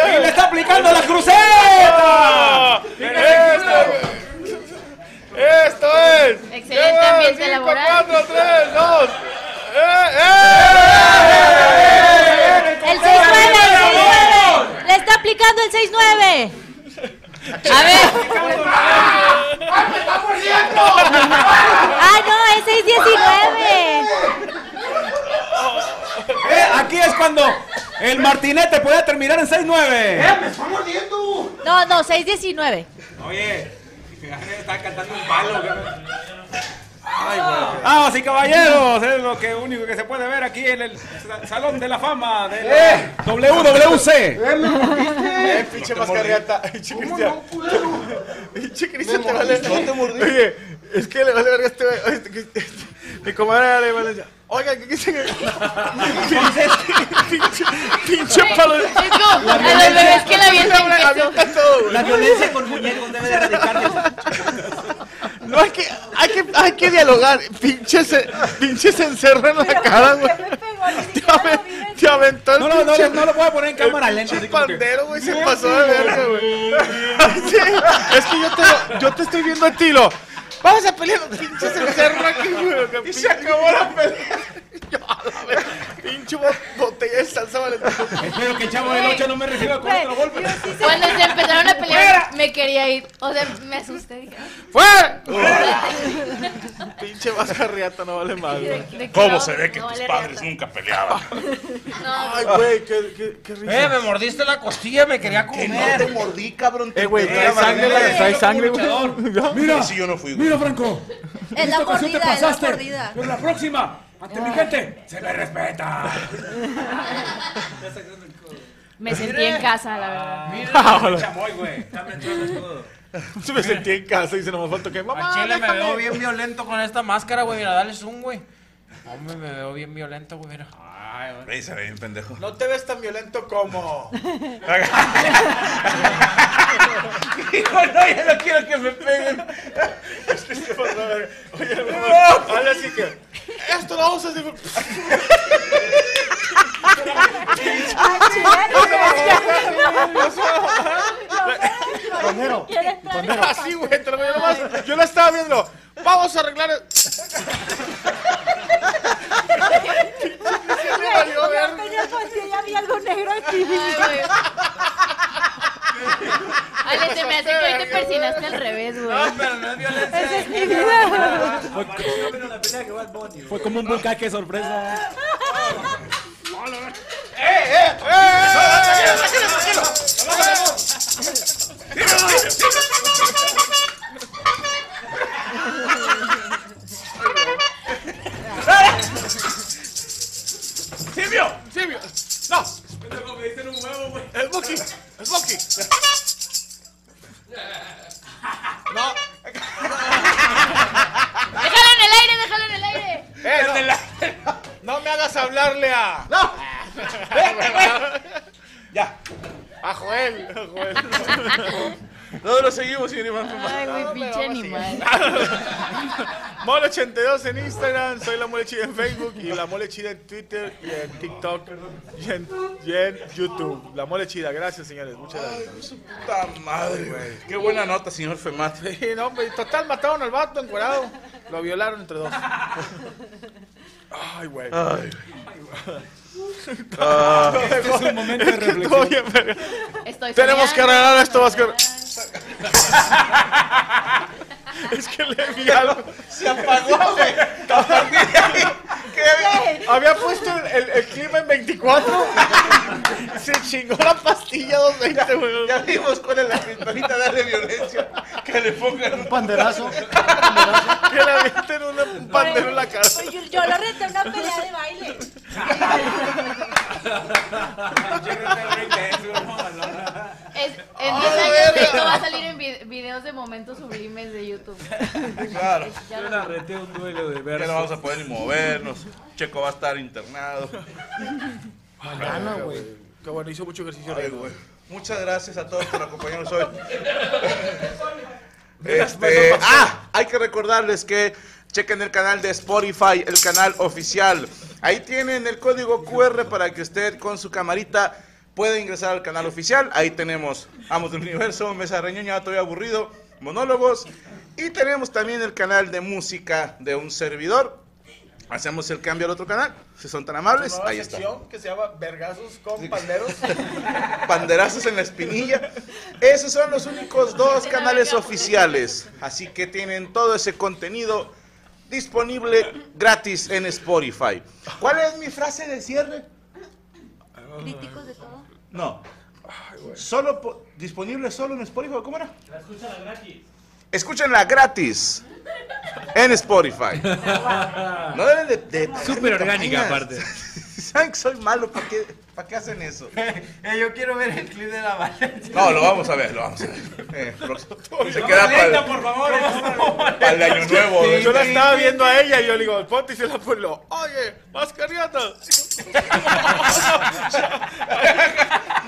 Speaker 8: ¡Y le está aplicando la cruceta!
Speaker 7: Esto es.
Speaker 6: Excelente ambiente laboral.
Speaker 7: 4, 3, 2.
Speaker 8: Eh,
Speaker 5: El 6-9, el 6-9. Le está aplicando el 6-9. A ver. ¡Ah, no! ¡Es 6-19!
Speaker 8: Eh, aquí es cuando el martinete puede terminar en 6-9.
Speaker 5: está No, no, 6-19.
Speaker 8: Oye, está cantando un palo. Vamos y Ah, caballeros, es lo que único que se puede ver aquí en el sa- Salón de la Fama de la WWC.
Speaker 7: Eh, pinche mascarriata. *laughs* Pinche Cristian. *laughs* Pinche Cristian te vale. No te mordí. Oye, es que le vale verga este güey. Oye, este- este- este- Mi comadre le vale. verga. Oiga, ¿qué quise? Pinche- Pinche palo.
Speaker 6: Es como a los bebés que la avientan queso.
Speaker 7: avienta todo, güey.
Speaker 8: La violencia con muñecos debe de
Speaker 3: Eh,
Speaker 8: erradicarse.
Speaker 7: No, hay que, hay que, hay que dialogar. Pinche se, pinche se encerra en la cara, güey. *laughs* Te, aven- te aventó el
Speaker 8: No, no, no,
Speaker 7: pinche-
Speaker 8: no lo voy a poner en cámara
Speaker 7: el
Speaker 8: lenta,
Speaker 7: pinche
Speaker 8: así como que-
Speaker 7: pandero, güey, se pasó de verga, güey. *laughs* Sí, es que yo te, lo- yo te estoy viendo a ti, lo. Vamos a pelear, pinche se encerra aquí, güey. Y se acabó la pelea. Yo, a la verga, Pinche bo- botella de salsa valentina.
Speaker 8: Espero que el chavo del 8 no me reciba con otro golpe.
Speaker 6: Cuando se empezaron a pelear, me quería ir. O sea, me asusté. dije,
Speaker 7: ¡Fuera! *laughs* Pinche mascarriata no vale más,
Speaker 6: ¿De-
Speaker 7: güey.
Speaker 6: de qué ¿Cómo no? se ve que No tus vale padres
Speaker 7: nunca peleaban?
Speaker 6: No,
Speaker 7: Ay, güey, qué, qué, qué risa.
Speaker 3: Eh, me mordiste la costilla, me quería
Speaker 7: Que
Speaker 3: comer.
Speaker 7: no te mordí, cabrón.
Speaker 4: Eh, güey, trae sangre, la- trae sangre,
Speaker 8: *laughs*
Speaker 4: güey.
Speaker 13: Mira,
Speaker 7: Ese yo no fui, güey.
Speaker 13: mira, Franco.
Speaker 5: Es la mordida, es la mordida.
Speaker 8: Pero la próxima, ante mi gente, se me respeta.
Speaker 6: me sentí en casa, la verdad.
Speaker 8: Ah,
Speaker 7: Ahora.
Speaker 8: Chamoy, güey. Dame el todo.
Speaker 7: Se me sentí en casa y se nomás faltó que
Speaker 3: Al
Speaker 7: mamá.
Speaker 3: chile me
Speaker 7: déjame".
Speaker 3: veo bien violento con esta máscara, güey. Mira, dale zoom, güey. Hombre, me veo bien violento, güey. Mira. Ay, güey.
Speaker 7: Ey, se ve bien pendejo.
Speaker 4: No te ves tan violento como.
Speaker 3: Hijo, no, ya no quiero que me peguen.
Speaker 7: Oye, mi mamá, Habla así que. Esto lo vamos a hacer.
Speaker 13: Conero.
Speaker 7: Así, güey, te lo veo nomás. Yo la estaba viendo. Vamos a arreglar. el-
Speaker 4: le valió ver.
Speaker 5: Ya había algo negro aquí.
Speaker 6: Ay, güey. *laughs* Ale, se me hace que hoy te persinaste al revés, güey.
Speaker 3: Pero no es violencia.
Speaker 8: Fue como un bucaque sorpresa.
Speaker 7: ¡Silvio! ¡Silvio! ¡No! ¡Es Bucky! ¡Es Bucky! ¡No!
Speaker 6: Déjalo en el aire, déjalo en el aire.
Speaker 7: ¡Eh, no! ¡No me hagas hablarle a. *laughs* ¡No!
Speaker 8: Ya.
Speaker 7: ¡A Joel! ¡A Joel! No lo seguimos, señor Iván.
Speaker 6: Ay, güey, pinche animal.
Speaker 7: Mole 82 en Instagram, soy la mole chida en Facebook y la mole chida en Twitter y en TikTok y en, y en YouTube. La mole chida, gracias señores, muchas gracias.
Speaker 4: Puta madre, güey. Qué buena nota, señor Femate.
Speaker 7: Sí, no, hombre, total mataron al vato encuerado, lo violaron entre dos. Ay, güey.
Speaker 4: Ay,
Speaker 8: Este es un momento de
Speaker 7: *laughs* Todo
Speaker 8: reflexión.
Speaker 7: bien, verga.
Speaker 6: Estoy
Speaker 7: Tenemos que
Speaker 6: soñando.
Speaker 7: arreglar esto, *laughs* Oscar. es que le vi algo.
Speaker 4: Se apagó, güey. A partir de ahí, ¿qué había?
Speaker 7: Había puesto el, el- el clima en 24. *laughs* Se chingó la pastilla 220, güey.
Speaker 4: Ya vimos cuál es la criptonita de la violencia. Que le pongan un
Speaker 13: Un panderazo.
Speaker 7: Que le avienten una- un pandero en la cara.
Speaker 5: Pues yo, yo lo reté a una pelea de baile.
Speaker 6: Es- en 10 años esto va a salir en vi- videos de momentos sublimes de YouTube.
Speaker 4: Claro.
Speaker 6: Ya lo-
Speaker 8: un duelo de
Speaker 4: Ya no vamos a poder ni movernos. Checo va a estar internado.
Speaker 13: Mañana, güey.
Speaker 7: Que bueno, hizo mucho ejercicio.
Speaker 4: Ay, güey. Muchas gracias a todos por acompañarnos hoy. Este, ah, hay que recordarles que chequen el canal de Spotify, el canal oficial. Ahí tienen el código QR para que usted con su camarita pueda ingresar al canal oficial. Ahí tenemos Amos del Universo, Mesa Reñoña, Estoy Aburrido, Monólogos. Y tenemos también el canal de música de un servidor. Hacemos el cambio al otro canal, si son tan amables. Ahí está.
Speaker 8: que se llama Vergazos con Panderos.
Speaker 7: *laughs*
Speaker 4: Panderazos en la espinilla. Esos son los únicos dos canales oficiales. Así que tienen todo ese contenido disponible gratis en Spotify. ¿Cuál es mi frase de cierre?
Speaker 5: Críticos de todo.
Speaker 4: No. Solo po- disponible solo en Spotify, ¿cómo era?
Speaker 10: La escucha la gratis.
Speaker 4: Escúchenla gratis en Spotify. No deben de,
Speaker 14: Súper orgánica, aparte.
Speaker 4: *laughs* ¿Saben que soy malo? ¿Para qué, para qué hacen eso?
Speaker 8: *laughs* yo quiero ver el clip de la Valentina.
Speaker 4: No, lo vamos a ver, lo vamos a ver. Eh, lo- *laughs* se queda para,
Speaker 8: por favor.
Speaker 3: eh.
Speaker 4: para el año nuevo.
Speaker 8: Sí,
Speaker 4: Yo la estaba viendo
Speaker 11: a ella y yo le digo, ponte y se la puso. Oye, mascarillata.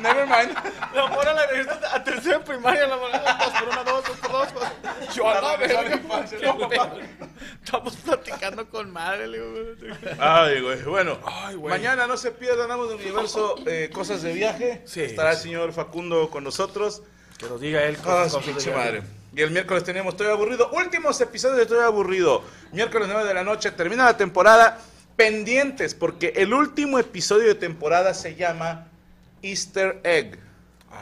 Speaker 4: Never mind.
Speaker 11: La mora la regresó a tercera primaria, la mora dos por una, dos, dos por dos. pues. Yo a la verga, pues, qué pedo. Estamos platicando con madre, le digo.
Speaker 4: Ay, güey. Bueno,
Speaker 11: güey.
Speaker 4: mañana no se pierdan, Amos del Universo, eh, cosas de viaje. Estará el señor Facundo con nosotros.
Speaker 11: Que nos diga él
Speaker 4: Ah,
Speaker 11: cosas-
Speaker 4: su
Speaker 11: cosas de
Speaker 4: pinche
Speaker 11: viaje.
Speaker 4: madre. Y el miércoles tenemos Estoy Aburrido. Últimos episodios de Estoy Aburrido. Miércoles 9 de la noche. Termina la temporada. Pendientes, porque el último episodio de temporada se llama Easter Egg.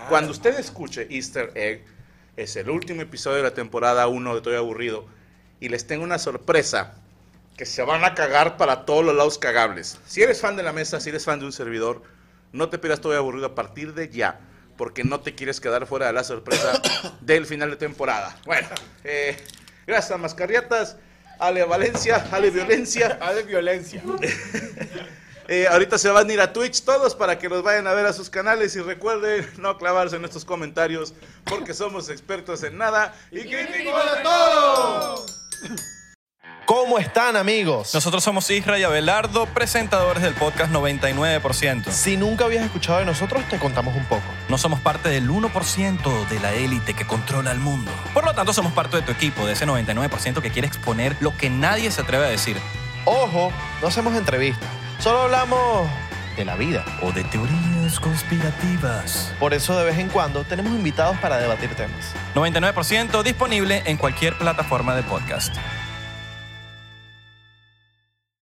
Speaker 4: Cuando usted escuche Easter Egg, es el último episodio de la temporada 1 de Estoy Aburrido. Y les tengo una sorpresa que se van a cagar para todos los lados cagables. Si eres fan de la mesa, si eres fan de un servidor, no te pierdas Estoy Aburrido a partir de ya, porque no te quieres quedar fuera de la sorpresa *coughs* del final de temporada. Bueno, eh, gracias a Mascarriatas, Ale Valencia, Ale Violencia.
Speaker 11: Ale Violencia.
Speaker 4: Eh, ahorita se van a ir a Twitch todos para que los vayan a ver a sus canales y recuerden *laughs* no clavarse en estos comentarios porque somos expertos en nada y críticos de todo.
Speaker 15: ¿Cómo están, amigos? Nosotros somos Isra y Abelardo, presentadores del podcast 99%. Si nunca habías escuchado de nosotros, te contamos un poco. No somos parte del 1% de la élite que controla el mundo. Por lo tanto, somos parte de tu equipo, de ese 99% que quiere exponer lo que nadie se atreve a decir. Ojo, no hacemos entrevistas, solo hablamos de la vida o de teorías conspirativas. Por eso, de vez en cuando, tenemos invitados para debatir temas.
Speaker 14: 99% disponible en cualquier plataforma de podcast.